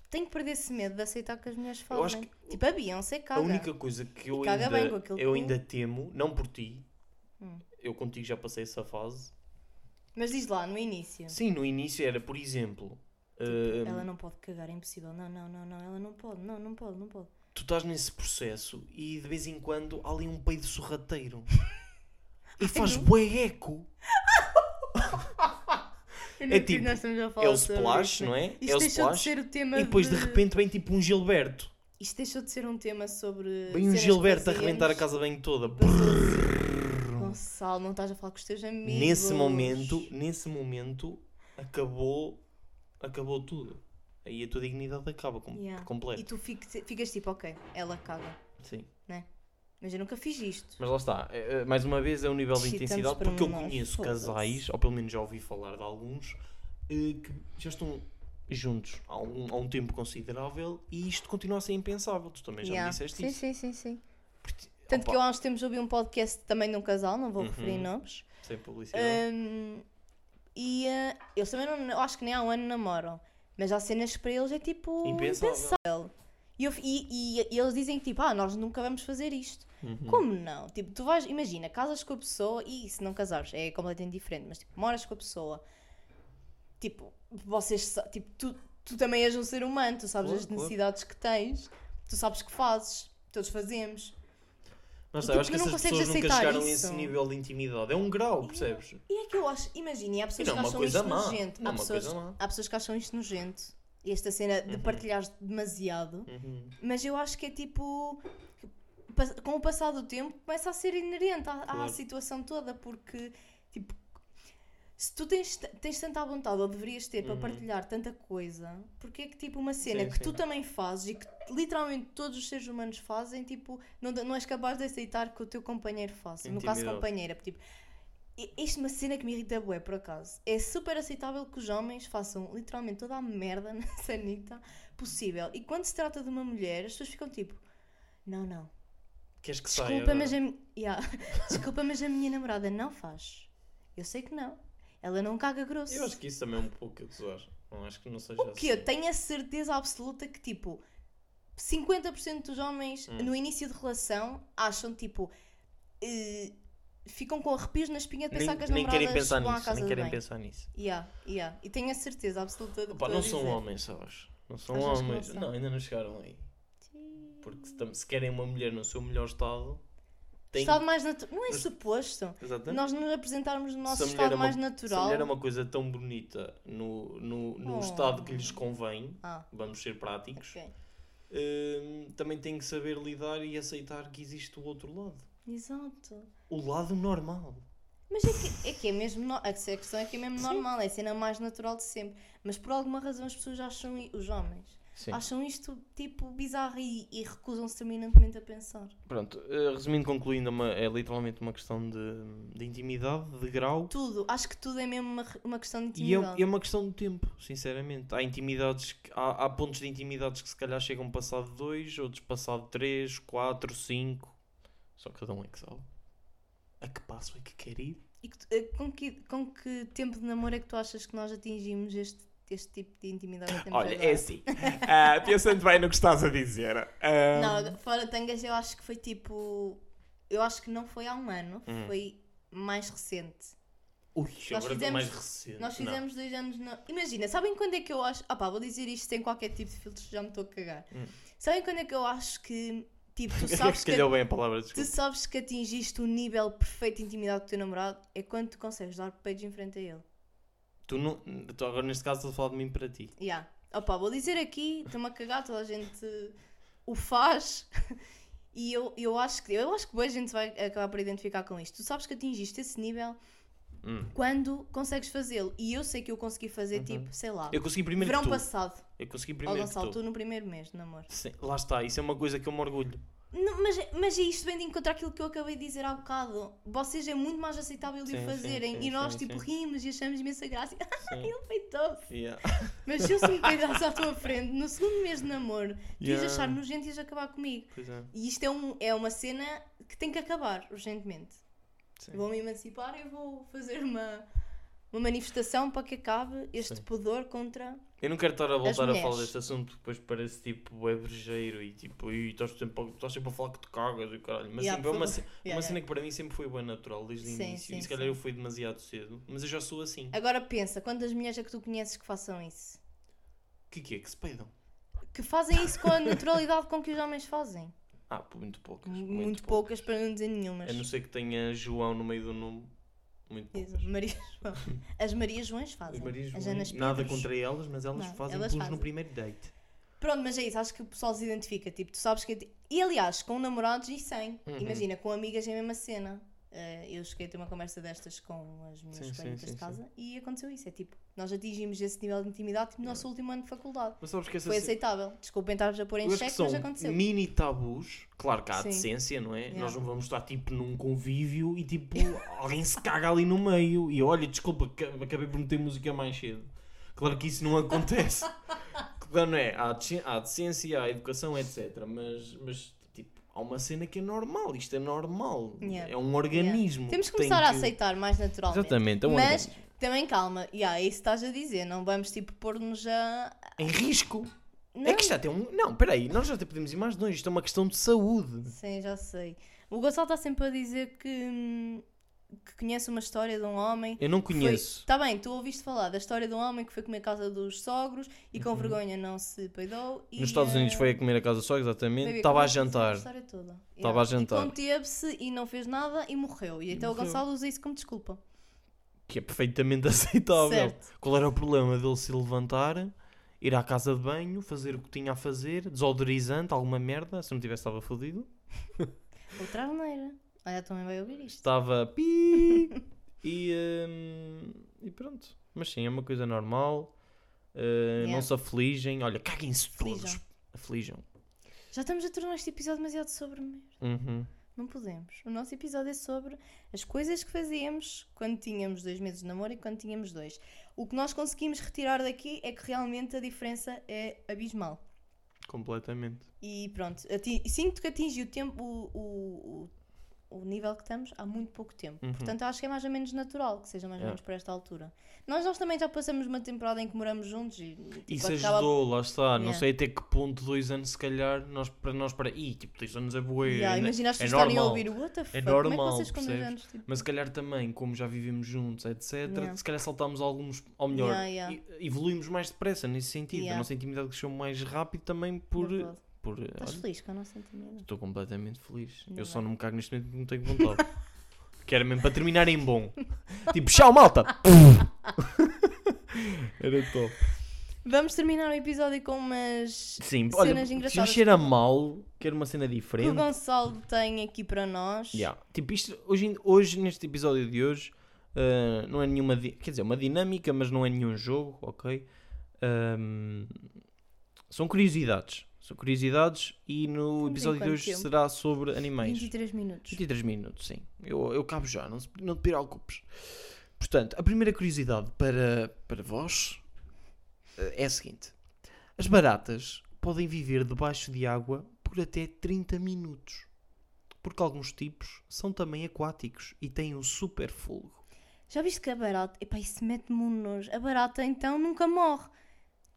Speaker 1: têm que perder esse medo de aceitar que as mulheres fazem.
Speaker 2: Eu acho
Speaker 1: Tipo, a Beyoncé caga.
Speaker 2: A única coisa que eu,
Speaker 1: caga
Speaker 2: ainda,
Speaker 1: bem com aquele
Speaker 2: eu
Speaker 1: cu.
Speaker 2: ainda temo, não por ti,
Speaker 1: Hum.
Speaker 2: eu contigo já passei essa fase.
Speaker 1: Mas diz lá, no início.
Speaker 2: Sim, no início era, por exemplo, ah,
Speaker 1: Ela não pode cagar, é impossível. Não, não, não, não, ela não pode. Não, não pode, não pode.
Speaker 2: tu estás nesse processo e de vez em quando há ali um peido sorrateiro e faz bué eco.
Speaker 1: Eu não
Speaker 2: É
Speaker 1: acredito que
Speaker 2: tipo,
Speaker 1: nós estamos a falar
Speaker 2: É o
Speaker 1: sobre
Speaker 2: splash,
Speaker 1: isto.
Speaker 2: não é?
Speaker 1: Isto
Speaker 2: é o
Speaker 1: deixou
Speaker 2: splash.
Speaker 1: de ser o tema
Speaker 2: E depois de repente vem tipo um Gilberto.
Speaker 1: Isto deixou de ser um tema sobre.
Speaker 2: Vem um
Speaker 1: cenas que
Speaker 2: Gilberto a
Speaker 1: fazíamos.
Speaker 2: arrebentar a casa bem toda.
Speaker 1: Passou-se. Gonçalo, não estás a falar com os teus amigos.
Speaker 2: Nesse momento, nesse momento, acabou, acabou tudo. Aí a tua dignidade acaba com,
Speaker 1: Yeah.
Speaker 2: por
Speaker 1: E
Speaker 2: completo.
Speaker 1: tu fiques, ficas tipo, ok, ela caga.
Speaker 2: Sim.
Speaker 1: Mas eu nunca fiz isto.
Speaker 2: Mas lá está, é, é, mais uma vez é o nível de
Speaker 1: Excitamos
Speaker 2: intensidade,
Speaker 1: para
Speaker 2: porque eu
Speaker 1: um nós,
Speaker 2: conheço
Speaker 1: foda-se.
Speaker 2: casais, ou pelo menos já ouvi falar de alguns, eh, que já estão juntos há um, há um tempo considerável e isto continua a ser impensável. Tu também já
Speaker 1: Yeah.
Speaker 2: me disseste
Speaker 1: sim,
Speaker 2: isso.
Speaker 1: sim, sim, sim. Tanto que eu
Speaker 2: Opa,
Speaker 1: há uns tempos ouvi um podcast também de um casal, não vou
Speaker 2: Uhum.
Speaker 1: referir nomes.
Speaker 2: Sem publicidade.
Speaker 1: Hum, e eh, eles também não, eu acho que nem há um ano namoram. Mas há cenas que para eles é tipo
Speaker 2: Impensável.
Speaker 1: impensável. E, eu f- e- e- e eles dizem que tipo, ah, nós nunca vamos fazer isto.
Speaker 2: Uhum.
Speaker 1: Como não? Tipo, tu vais, imagina, casas com a pessoa e se não casares é completamente diferente, mas tipo, moras com a pessoa. Tipo, vocês, sa- tipo, tu, tu também és um ser humano, tu sabes
Speaker 2: Claro,
Speaker 1: as
Speaker 2: claro.
Speaker 1: necessidades que tens, tu sabes que fazes, todos fazemos.
Speaker 2: Mas
Speaker 1: e
Speaker 2: sabe,
Speaker 1: tipo,
Speaker 2: eu acho que
Speaker 1: tu não
Speaker 2: essas
Speaker 1: consegues
Speaker 2: pessoas nunca
Speaker 1: aceitar
Speaker 2: chegaram a
Speaker 1: isso.
Speaker 2: esse nível de intimidade. É um grau, percebes?
Speaker 1: E é que eu acho, imagina, e há pessoas
Speaker 2: E não
Speaker 1: que
Speaker 2: é uma
Speaker 1: acham
Speaker 2: coisa
Speaker 1: isto
Speaker 2: má,
Speaker 1: nojento.
Speaker 2: não é
Speaker 1: há,
Speaker 2: uma
Speaker 1: pessoas,
Speaker 2: coisa má.
Speaker 1: há pessoas que acham isto nojento. Esta cena de partilhares demasiado.
Speaker 2: Uhum.
Speaker 1: Mas eu acho que é tipo. pas- Com o passar do tempo, começa a ser inerente à, à
Speaker 2: Claro.
Speaker 1: situação toda, porque, tipo, se tu tens, t- tens tanta vontade, ou deverias ter, para
Speaker 2: Uhum.
Speaker 1: partilhar tanta coisa, porque é que, tipo, uma cena
Speaker 2: Sim,
Speaker 1: que
Speaker 2: sim.
Speaker 1: tu também fazes e que literalmente todos os seres humanos fazem, tipo, não, da- não és capaz de aceitar que o teu companheiro faça. No caso,
Speaker 2: Intimidade.
Speaker 1: companheira, tipo. i- Isto é uma cena que me irrita bué, por acaso. É super aceitável que os homens façam literalmente toda a merda na sanita possível. E quando se trata de uma mulher, as pessoas ficam tipo: Não, não.
Speaker 2: Queres que saia? é?
Speaker 1: Desculpa,
Speaker 2: agora?
Speaker 1: mas a, mi- yeah. Desculpa, mas a minha namorada não faz. Eu sei que não. Ela não caga grosso.
Speaker 2: Eu acho que isso também é um pouco acusar. Não acho que não seja assim.
Speaker 1: O que eu tenho a certeza absoluta que, tipo, 50% dos homens
Speaker 2: Hum.
Speaker 1: no início de relação acham, tipo, eh, ficam com arrepios na espinha de pensar que as
Speaker 2: nem
Speaker 1: namoradas
Speaker 2: querem pensar
Speaker 1: vão à
Speaker 2: nisso.
Speaker 1: casa
Speaker 2: Nem
Speaker 1: de
Speaker 2: querem
Speaker 1: bem.
Speaker 2: pensar nisso.
Speaker 1: Yeah, yeah. E tenho a certeza absoluta de que estou
Speaker 2: Opa,
Speaker 1: a
Speaker 2: não um são
Speaker 1: dizer.
Speaker 2: homens, sabes? Não são
Speaker 1: Achas que não
Speaker 2: homens.
Speaker 1: são?
Speaker 2: Não, ainda não chegaram aí. Porque se, tam- se querem uma mulher no seu melhor estado, tem
Speaker 1: Estado mais natu- Não é
Speaker 2: Mas-
Speaker 1: suposto.
Speaker 2: Exatamente.
Speaker 1: Nós nos apresentarmos no
Speaker 2: Se
Speaker 1: nosso
Speaker 2: a mulher
Speaker 1: estado
Speaker 2: é uma-
Speaker 1: mais
Speaker 2: Se a
Speaker 1: natural.
Speaker 2: mulher é uma coisa tão bonita no, no, no
Speaker 1: Oh.
Speaker 2: estado que lhes convém,
Speaker 1: Ah,
Speaker 2: vamos ser práticos,
Speaker 1: ok.
Speaker 2: hum, também tem que saber lidar e aceitar que existe o outro lado.
Speaker 1: Exato.
Speaker 2: O lado normal.
Speaker 1: Mas é que é, que é mesmo. No... A questão é que é mesmo normal, é a cena mais natural de sempre. Mas por alguma razão as pessoas acham. i- Os homens
Speaker 2: Sim.
Speaker 1: acham isto tipo bizarro e, e recusam-se terminantemente a pensar.
Speaker 2: Pronto, eh, resumindo, concluindo, é uma- é literalmente uma questão de, de intimidade, de grau,
Speaker 1: Tudo. Acho que tudo é mesmo uma, re- uma questão de
Speaker 2: e é,
Speaker 1: intimidade.
Speaker 2: é uma questão de tempo, sinceramente. Há intimidades, que- há, há pontos de intimidades que se calhar chegam passado dois, outros passado três, quatro, cinco. Só cada um é que sabe. A que passo é que quer ir?
Speaker 1: E que tu- eh, com, que, com que tempo de namoro é que tu achas que nós atingimos este, este tipo de intimidade que temos
Speaker 3: Olha,
Speaker 1: agora?
Speaker 3: é assim. Ah, pensando bem no que estás a dizer. ah,
Speaker 1: Não, fora tangas eu acho que foi tipo. Eu acho que não foi há um ano,
Speaker 2: Hum.
Speaker 1: foi mais recente.
Speaker 2: Ui, agora
Speaker 1: fizemos-
Speaker 2: estou mais recente.
Speaker 1: Nós fizemos dois anos. Na... Imagina, sabem quando é que eu acho. Ah pá, vou dizer isto sem qualquer tipo de filtro, já me estou a cagar.
Speaker 2: Hum.
Speaker 1: Sabem quando é que eu acho que. Tipo, tu
Speaker 2: Não.
Speaker 1: sabes
Speaker 2: se
Speaker 1: que.
Speaker 2: calhou bem a palavra,
Speaker 1: Tu
Speaker 2: desculpa.
Speaker 1: sabes que atingiste o nível perfeito de intimidade do teu namorado é quando tu consegues dar peidos em frente a ele.
Speaker 2: Tu não, tu agora neste caso estás a falar de mim para ti.
Speaker 1: Yeah. Opa, vou dizer aqui, estou-me a cagar, toda a gente o faz. E eu, eu acho que eu acho que boa gente vai acabar por identificar com isto. Tu sabes que atingiste esse nível
Speaker 2: Hum. Uhum.
Speaker 1: quando consegues fazê-lo. E eu sei que eu consegui fazer, tipo, sei lá,
Speaker 2: Eu consegui primeiro
Speaker 1: verão
Speaker 2: que tu.
Speaker 1: passado.
Speaker 2: Eu consegui
Speaker 1: Ó
Speaker 2: primeiro que
Speaker 1: Gonçalo,
Speaker 2: tu.
Speaker 1: tu no primeiro mês de namoro.
Speaker 2: Sim, lá está, isso é uma coisa que eu me orgulho.
Speaker 1: Não, mas, mas é isto vem de encontrar aquilo que eu acabei de dizer há bocado. Vocês é muito mais aceitável de
Speaker 2: Sim,
Speaker 1: o
Speaker 2: sim,
Speaker 1: fazerem.
Speaker 2: sim,
Speaker 1: e nós,
Speaker 2: sim,
Speaker 1: tipo,
Speaker 2: sim.
Speaker 1: rimos e achamos imensa graça. Ah,
Speaker 2: Sim.
Speaker 1: Ele peitou-se.
Speaker 2: Yeah.
Speaker 1: Mas se eu se me peidasse à tua frente, no segundo mês de namoro, tu ias
Speaker 2: Yeah.
Speaker 1: achar nojento e ias acabar comigo.
Speaker 2: Pois é.
Speaker 1: E isto é, um, é uma cena que tem que acabar urgentemente.
Speaker 2: Sim.
Speaker 1: Eu Vou-me emancipar e vou fazer uma, uma manifestação para que acabe este
Speaker 2: Sim.
Speaker 1: pudor contra.
Speaker 2: Eu não quero estar a voltar a
Speaker 1: mulheres.
Speaker 2: falar deste assunto, depois parece tipo é brejeiro e tipo, "Ih, estás sempre, a- estás sempre a falar que te cagas e caralho. Mas
Speaker 1: Yeah,
Speaker 2: tipo, é
Speaker 1: por
Speaker 2: uma, ce-
Speaker 1: favor.
Speaker 2: uma
Speaker 1: Yeah,
Speaker 2: cena que para mim sempre foi bem natural desde o
Speaker 1: Sim,
Speaker 2: início.
Speaker 1: sim,
Speaker 2: e se calhar
Speaker 1: sim.
Speaker 2: eu fui demasiado cedo, mas eu já sou assim.
Speaker 1: Agora pensa, quantas mulheres é que tu conheces que façam isso?
Speaker 2: O que, que é que se peidam?
Speaker 1: Que fazem isso com a naturalidade com que os homens fazem.
Speaker 2: Ah, pô, muito É poucas.
Speaker 1: Muito, poucas, para não dizer nenhumas.
Speaker 2: A não ser que tenha João no meio do nome. Muito
Speaker 1: Diz
Speaker 2: poucas.
Speaker 1: Maria João. As Maria Joões fazem.
Speaker 2: Os maridos
Speaker 1: as
Speaker 2: vão-
Speaker 1: Anas
Speaker 2: nada
Speaker 1: Pedros.
Speaker 2: contra elas, mas elas
Speaker 1: Não,
Speaker 2: fazem
Speaker 1: elas
Speaker 2: puns
Speaker 1: fazem.
Speaker 2: no primeiro date.
Speaker 1: Pronto, mas é isso, acho que o pessoal se identifica. Tipo, tu sabes que. E aliás, com namorados e sem.
Speaker 2: Uhum.
Speaker 1: Imagina, com amigas é a mesma cena. Eh, eu cheguei a ter uma conversa destas com as minhas
Speaker 2: Sim, sim,
Speaker 1: companheiras
Speaker 2: sim,
Speaker 1: de casa e aconteceu isso. É tipo, nós atingimos esse nível de intimidade tipo, no nosso último ano de faculdade.
Speaker 2: É. Mas sabes que essa
Speaker 1: Foi
Speaker 2: ce-
Speaker 1: aceitável. Desculpem estar-vos a pôr em
Speaker 2: Eu acho que
Speaker 1: xeque, mas
Speaker 2: são
Speaker 1: aconteceu.
Speaker 2: mini tabus, claro que há a
Speaker 1: Sim.
Speaker 2: decência, não é?
Speaker 1: Yeah.
Speaker 2: Nós não vamos estar tipo num convívio e tipo alguém se caga ali no meio e olha, desculpa, ca- acabei por meter música mais cedo. Claro que isso não acontece. Claro, não é? Há, a decê- há a decência, há a educação, etc. Mas, mas tipo, há uma cena que é normal, isto é normal.
Speaker 1: Yeah.
Speaker 2: É um organismo.
Speaker 1: Temos que
Speaker 2: tem
Speaker 1: começar a aceitar mais naturalmente.
Speaker 2: Exatamente, é um
Speaker 1: Mas
Speaker 2: organismo.
Speaker 1: também calma, e yeah, é isso que estás a dizer, não vamos tipo pôr-nos a.
Speaker 2: Em risco.
Speaker 1: Não,
Speaker 2: É que já tem um. Não, peraí, nós já até podemos ir mais longe, isto é uma questão de saúde.
Speaker 1: Sim, já sei. O Gonçalo está sempre a dizer que, hum, que conhece uma história de um homem.
Speaker 2: Eu não
Speaker 1: que foi-
Speaker 2: conheço.
Speaker 1: Está bem, tu ouviste falar da história de um homem que foi comer à casa dos sogros e com vergonha não se peidou. e,
Speaker 2: Uhum. Nos Estados Unidos
Speaker 1: eh,
Speaker 2: foi a comer a casa só, exatamente.
Speaker 1: bebeu
Speaker 2: Estava a
Speaker 1: conversa,
Speaker 2: jantar.
Speaker 1: essa história toda.
Speaker 2: Estava a jantar.
Speaker 1: E conteve-se e não fez nada e morreu. E então o
Speaker 2: morreu.
Speaker 1: Gonçalo usa isso como desculpa.
Speaker 2: Que é perfeitamente aceitável.
Speaker 1: Certo.
Speaker 2: Qual era o problema dele se levantar, ir à casa de banho, fazer o que tinha a fazer, desodorizante, alguma merda, se não tivesse estava fodido.
Speaker 1: Outra asneira. Olha, também vai ouvir isto.
Speaker 2: Estava pi e, hum, e pronto. Mas sim, é uma coisa normal. Uh, Não se afligem. Olha, caguem-se todos.
Speaker 1: Aflijam.
Speaker 2: Aflijam.
Speaker 1: Já estamos a tornar este episódio demasiado sobre mim.
Speaker 2: Uhum.
Speaker 1: Não podemos. O nosso episódio é sobre as coisas que fazíamos quando tínhamos dois meses de namoro e quando tínhamos dois. O que nós conseguimos retirar daqui é que realmente a diferença é abismal.
Speaker 2: Completamente.
Speaker 1: E pronto, ati- sinto que atingi o tempo, o, o, o, o nível que estamos há muito pouco tempo.
Speaker 2: Uhum.
Speaker 1: Portanto, acho que é mais ou menos natural que seja mais ou
Speaker 2: É.
Speaker 1: menos por esta altura. Nós, nós também já passamos uma temporada em que moramos juntos e tipo,
Speaker 2: Isso
Speaker 1: acaba-
Speaker 2: ajudou, lá está. Não
Speaker 1: Yeah.
Speaker 2: sei até que ponto, dois anos, se calhar, nós, para nós, para. Ih, tipo, dois anos é boa.
Speaker 1: Yeah,
Speaker 2: é,
Speaker 1: imagina as
Speaker 2: é
Speaker 1: pessoas estarem a
Speaker 2: normal.
Speaker 1: ouvir o what the fuck, como é
Speaker 2: normal,
Speaker 1: que vocês conduzem
Speaker 2: percebes?
Speaker 1: anos, tipo,
Speaker 2: Mas se calhar também, como já vivemos juntos, etc.,
Speaker 1: Yeah.
Speaker 2: se calhar saltámos alguns, ou melhor,
Speaker 1: Yeah, yeah.
Speaker 2: e- evoluímos mais depressa nesse sentido.
Speaker 1: Yeah. É
Speaker 2: A nossa intimidade cresceu mais rápido também por.
Speaker 1: verdade.
Speaker 2: por olha,
Speaker 1: Estás feliz com a nossa intimidade?
Speaker 2: estou completamente feliz.
Speaker 1: Ainda
Speaker 2: Eu só
Speaker 1: bem.
Speaker 2: não me cago neste momento porque não tenho vontade. que era mesmo para terminar em bom. tipo, tchau, malta! era top.
Speaker 1: Vamos terminar o episódio com umas
Speaker 2: Sim,
Speaker 1: cenas
Speaker 2: olha, se
Speaker 1: engraçadas
Speaker 2: nos cheira mal, quero uma cena
Speaker 1: que o
Speaker 2: diferente.
Speaker 1: Gonçalo tem aqui para nós.
Speaker 2: Yeah. Tipo, isto, hoje, em- hoje, neste episódio de hoje, ah, não é nenhuma. di- Quer dizer, uma dinâmica, mas não é nenhum jogo, ok? Ahm, são curiosidades. São curiosidades e no
Speaker 1: em
Speaker 2: episódio de
Speaker 1: quanto
Speaker 2: hoje
Speaker 1: tempo?
Speaker 2: será sobre animais.
Speaker 1: 23 minutos.
Speaker 2: 23 minutos, sim. Eu, eu cabo já, não, se- não te preocupes. Portanto, a primeira curiosidade para, para vós eh, é a seguinte: as baratas podem viver debaixo de água por até 30 minutos, porque alguns tipos são também aquáticos e têm um super fulgo.
Speaker 1: Já viste que a barata. Epá, isso mete-me um nojo. A barata então nunca morre.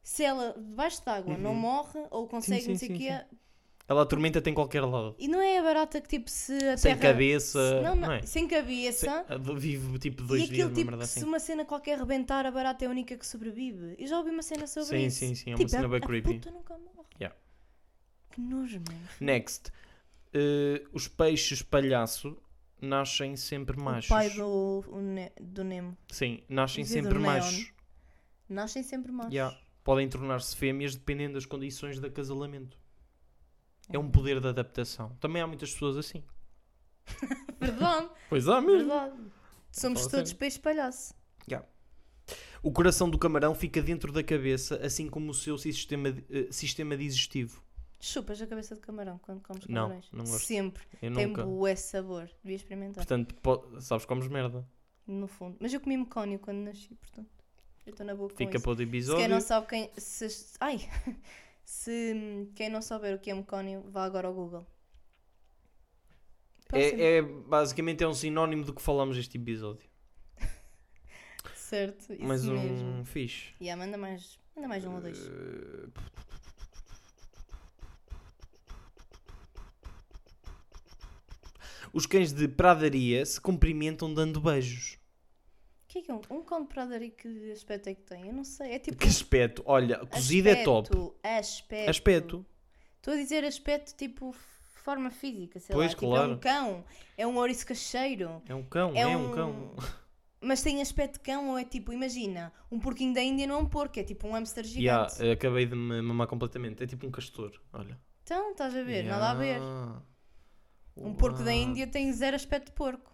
Speaker 1: Se ela debaixo de água não morre ou consegue
Speaker 2: Uhum. sim,
Speaker 1: não sei
Speaker 2: sim,
Speaker 1: o quê.
Speaker 2: Ela atormenta tem qualquer lado.
Speaker 1: E não é a barata que tipo se a
Speaker 2: Sem
Speaker 1: terra-
Speaker 2: cabeça,
Speaker 1: se- não, não,
Speaker 2: não é?
Speaker 1: Sem
Speaker 2: Sem-
Speaker 1: cabeça.
Speaker 2: a- vive tipo
Speaker 1: E
Speaker 2: dois dias,
Speaker 1: aquilo
Speaker 2: uma
Speaker 1: tipo,
Speaker 2: merda
Speaker 1: que
Speaker 2: assim.
Speaker 1: se uma cena qualquer rebentar, a barata é a única que sobrevive. Eu já ouvi uma cena sobre
Speaker 2: Sim,
Speaker 1: isso.
Speaker 2: sim, sim, é uma
Speaker 1: Tipo,
Speaker 2: cena
Speaker 1: a-
Speaker 2: bem
Speaker 1: a
Speaker 2: creepy.
Speaker 1: puta nunca morre.
Speaker 2: Yeah.
Speaker 1: Que nojo, mano.
Speaker 2: Next. Eh, os peixes palhaço nascem sempre
Speaker 1: O
Speaker 2: machos.
Speaker 1: pai um do, o ne- do Nemo.
Speaker 2: Sim, nascem
Speaker 1: Dizia
Speaker 2: sempre
Speaker 1: do
Speaker 2: machos.
Speaker 1: Nascem sempre machos.
Speaker 2: Yeah. Podem tornar-se fêmeas dependendo das condições de acasalamento. É um poder de adaptação. Também há muitas pessoas assim.
Speaker 1: Verdade,
Speaker 2: Pois há
Speaker 1: verdade. Somos
Speaker 2: Ah, Fala
Speaker 1: todos
Speaker 2: sério.
Speaker 1: peixe palhaço.
Speaker 2: O coração do camarão fica dentro da cabeça, assim como o seu sistema, de- eh, sistema digestivo.
Speaker 1: Chupas a cabeça de camarão quando comes
Speaker 2: Não,
Speaker 1: camarões.
Speaker 2: não gosto.
Speaker 1: Sempre.
Speaker 2: Eu
Speaker 1: Tem
Speaker 2: nunca.
Speaker 1: bué sabor. Devia experimentar.
Speaker 2: Portanto, po- sabes, comes merda.
Speaker 1: No fundo. Mas eu comi mecónio quando nasci, portanto. Eu estou na boa com
Speaker 2: Fica
Speaker 1: isso.
Speaker 2: para o
Speaker 1: Se quem não
Speaker 2: episódio.
Speaker 1: sabe quem... Se, ai! Se hum, quem não souber o que é mecónio, vá agora ao Google. Próximo.
Speaker 2: É, é- basicamente é um sinónimo do que falámos este episódio.
Speaker 1: Certo, isso
Speaker 2: Mas
Speaker 1: mesmo.
Speaker 2: um Eh. fixe.
Speaker 1: Yeah, manda mais, manda mais um ou dois.
Speaker 2: Os cães de pradaria se cumprimentam dando beijos.
Speaker 1: O que é que é um, um cão de pradari que aspecto é que tem? Eu não sei. É tipo.
Speaker 2: Que aspecto! Olha, cozido é top.
Speaker 1: É Aspecto.
Speaker 2: Aspecto.
Speaker 1: Estou a dizer aspecto tipo forma física, sei
Speaker 2: Pois,
Speaker 1: lá. Tipo, é um
Speaker 2: claro.
Speaker 1: cão, é um ouriço cacheiro.
Speaker 2: É um cão, é, um... cão.
Speaker 1: Mas tem aspecto de cão ou é tipo, imagina, um porquinho da Índia não é um porco, é tipo um hamster gigante.
Speaker 2: Yeah, acabei de me mamar completamente. É tipo um castor, olha.
Speaker 1: Então, estás a ver, nada a ver.
Speaker 2: Yeah.
Speaker 1: Um porco da
Speaker 2: Uau.
Speaker 1: Índia tem zero aspecto de porco.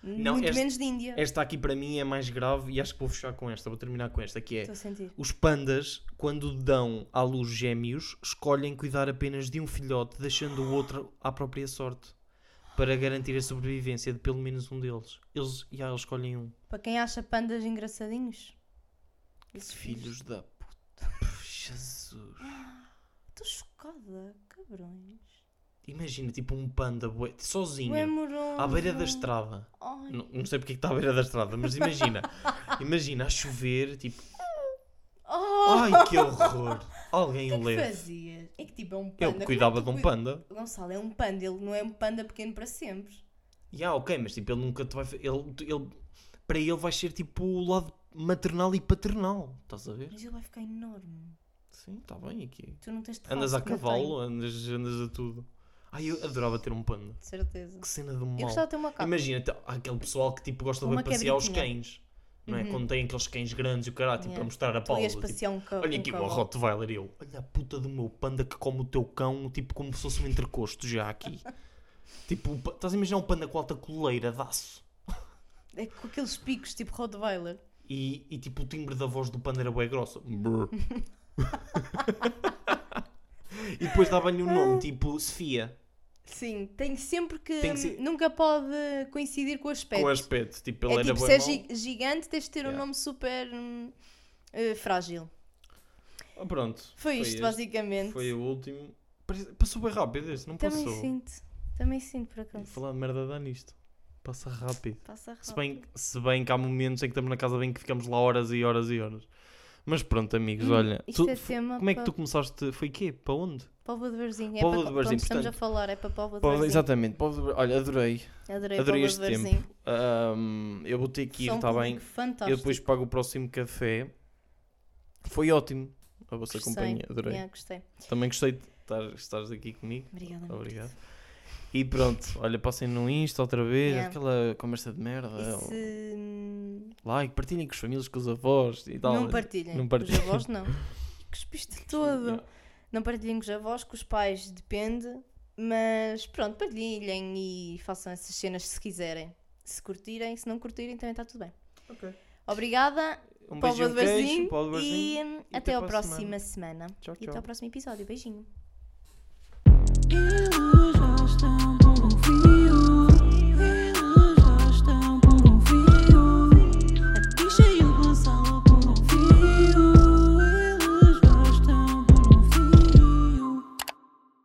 Speaker 2: Não,
Speaker 1: Muito
Speaker 2: este-
Speaker 1: menos de Índia.
Speaker 2: Esta aqui para mim é mais grave e acho que vou fechar com esta, vou terminar com esta, que é
Speaker 1: Estou a sentir.
Speaker 2: os pandas, quando dão à luz gêmeos, escolhem cuidar apenas de um filhote, deixando o outro à própria sorte, para garantir a sobrevivência de pelo menos um deles. Eles, e eles escolhem um.
Speaker 1: Para quem acha pandas engraçadinhos. Esses
Speaker 2: Filhos da puta. Jesus.
Speaker 1: Estou chocada, cabrões.
Speaker 2: Imagina, tipo um panda bué- sozinho,
Speaker 1: Ué, amoroso.
Speaker 2: à beira da estrada.
Speaker 1: Ai,
Speaker 2: Não, não sei porque é que está à beira da estrada, mas imagina. imagina a chover, tipo,
Speaker 1: oh,
Speaker 2: ai que horror. Alguém
Speaker 1: o
Speaker 2: o
Speaker 1: que é que
Speaker 2: lê.
Speaker 1: fazias? É que tipo é um panda.
Speaker 2: Eu
Speaker 1: Como é
Speaker 2: cuidava
Speaker 1: que
Speaker 2: de um
Speaker 1: tu
Speaker 2: panda.
Speaker 1: cuida- Gonçalo, é um panda, ele não é um panda pequeno para sempre.
Speaker 2: Ya, ok, mas tipo, ele nunca te vai. fa- Ele, tu- ele, para ele vai ser tipo o lado maternal e paternal. Estás a ver?
Speaker 1: Mas ele vai ficar enorme.
Speaker 2: Sim, está bem aqui.
Speaker 1: Tu não tens de
Speaker 2: Andas a cavalo, andas, andas a tudo. Ai, eu adorava ter um panda.
Speaker 1: De certeza.
Speaker 2: Que cena
Speaker 1: Eu
Speaker 2: do mal.
Speaker 1: gostava de ter uma capa.
Speaker 2: Imagina, tá- há aquele pessoal que tipo gosta de
Speaker 1: Uma
Speaker 2: bem passear os
Speaker 1: cabritinha.
Speaker 2: cães. Não é? Quando tem aqueles cães grandes e o caralho, tipo,
Speaker 1: Ya.
Speaker 2: para mostrar a
Speaker 1: Tu
Speaker 2: Paula.
Speaker 1: ias
Speaker 2: tipo,
Speaker 1: passear um cavalo.
Speaker 2: Olha aqui
Speaker 1: um
Speaker 2: o
Speaker 1: cavalo.
Speaker 2: Rottweiler e eu. Olha a puta do meu panda que come o teu cão, tipo como se fosse um entrecosto já aqui. tipo, o pa- estás a imaginar um panda com alta coleira de aço?
Speaker 1: É com aqueles picos, tipo Rottweiler.
Speaker 2: E, e, tipo o timbre da voz do panda era bué grosso. Brr. e depois dava-lhe um nome, tipo Sofia.
Speaker 1: Sim, tem sempre que.
Speaker 2: Tem que ser-
Speaker 1: Nunca pode coincidir com o aspecto.
Speaker 2: Com aspecto, tipo ele
Speaker 1: é
Speaker 2: era
Speaker 1: tipo,
Speaker 2: bué
Speaker 1: se é
Speaker 2: mau.
Speaker 1: gi- gigante, tens de ter um
Speaker 2: Yeah.
Speaker 1: nome super hum, eh, frágil.
Speaker 2: Ah, Pronto.
Speaker 1: Foi, isto,
Speaker 2: este.
Speaker 1: basicamente.
Speaker 2: Foi o último. Parece- Passou bem rápido este, não
Speaker 1: Também
Speaker 2: passou.
Speaker 1: sinto. Também sinto, por acaso.
Speaker 2: Falar de merda dá nisto. Passa rápido.
Speaker 1: Passa rápido.
Speaker 2: Se bem, se bem que há momentos em que estamos na casa bem que ficamos lá horas e horas e horas. Mas pronto, amigos,
Speaker 1: Hum,
Speaker 2: olha.
Speaker 1: isto
Speaker 2: tu-
Speaker 1: é
Speaker 2: f-
Speaker 1: tema
Speaker 2: como é que
Speaker 1: para-
Speaker 2: tu começaste? Foi quê? Para onde?
Speaker 1: Póvoa de Varzim. É
Speaker 2: Póvoa
Speaker 1: para
Speaker 2: de
Speaker 1: co-
Speaker 2: Varzim,
Speaker 1: pronto, estamos a
Speaker 2: portanto.
Speaker 1: falar, é para Póvoa de
Speaker 2: Para-
Speaker 1: Varzim.
Speaker 2: exatamente. para onde- Olha, adorei.
Speaker 1: Adorei,
Speaker 2: Adorei
Speaker 1: Póvoa
Speaker 2: este
Speaker 1: de Varzim.
Speaker 2: tempo. Ahm, eu vou ter que ir,
Speaker 1: São
Speaker 2: está bem?
Speaker 1: público um Fantástico.
Speaker 2: Eu depois pago o próximo café. Foi ótimo. A vossa
Speaker 1: Gostei.
Speaker 2: companhia, adorei.
Speaker 1: Yeah, gostei.
Speaker 2: Também gostei de estar, estares aqui comigo.
Speaker 1: Obrigada. amor.
Speaker 2: Obrigado. E pronto, olha, passem no Insta outra vez,
Speaker 1: Yeah.
Speaker 2: aquela conversa de merda.
Speaker 1: E se hum,
Speaker 2: Like, partilhem com os famílios, com os avós e tal.
Speaker 1: não partilhem,
Speaker 2: não
Speaker 1: não
Speaker 2: partilhem.
Speaker 1: os avós não. Cuspiste todo.
Speaker 2: Yeah.
Speaker 1: Não partilhem com os avós, com os pais, depende. Mas pronto, partilhem e façam essas cenas se quiserem. Se curtirem, se não curtirem, também está tudo bem.
Speaker 2: Ok.
Speaker 1: Obrigada,
Speaker 2: Um
Speaker 1: Póvoa de
Speaker 2: beijo e um queijo,
Speaker 1: Varzim.
Speaker 2: Paulo de Varzim.
Speaker 1: E, hum, até,
Speaker 2: até
Speaker 1: à
Speaker 2: para a
Speaker 1: próxima semana.
Speaker 2: Tchau,
Speaker 1: E então
Speaker 2: tchau.
Speaker 1: até ao próximo episódio. Beijinho.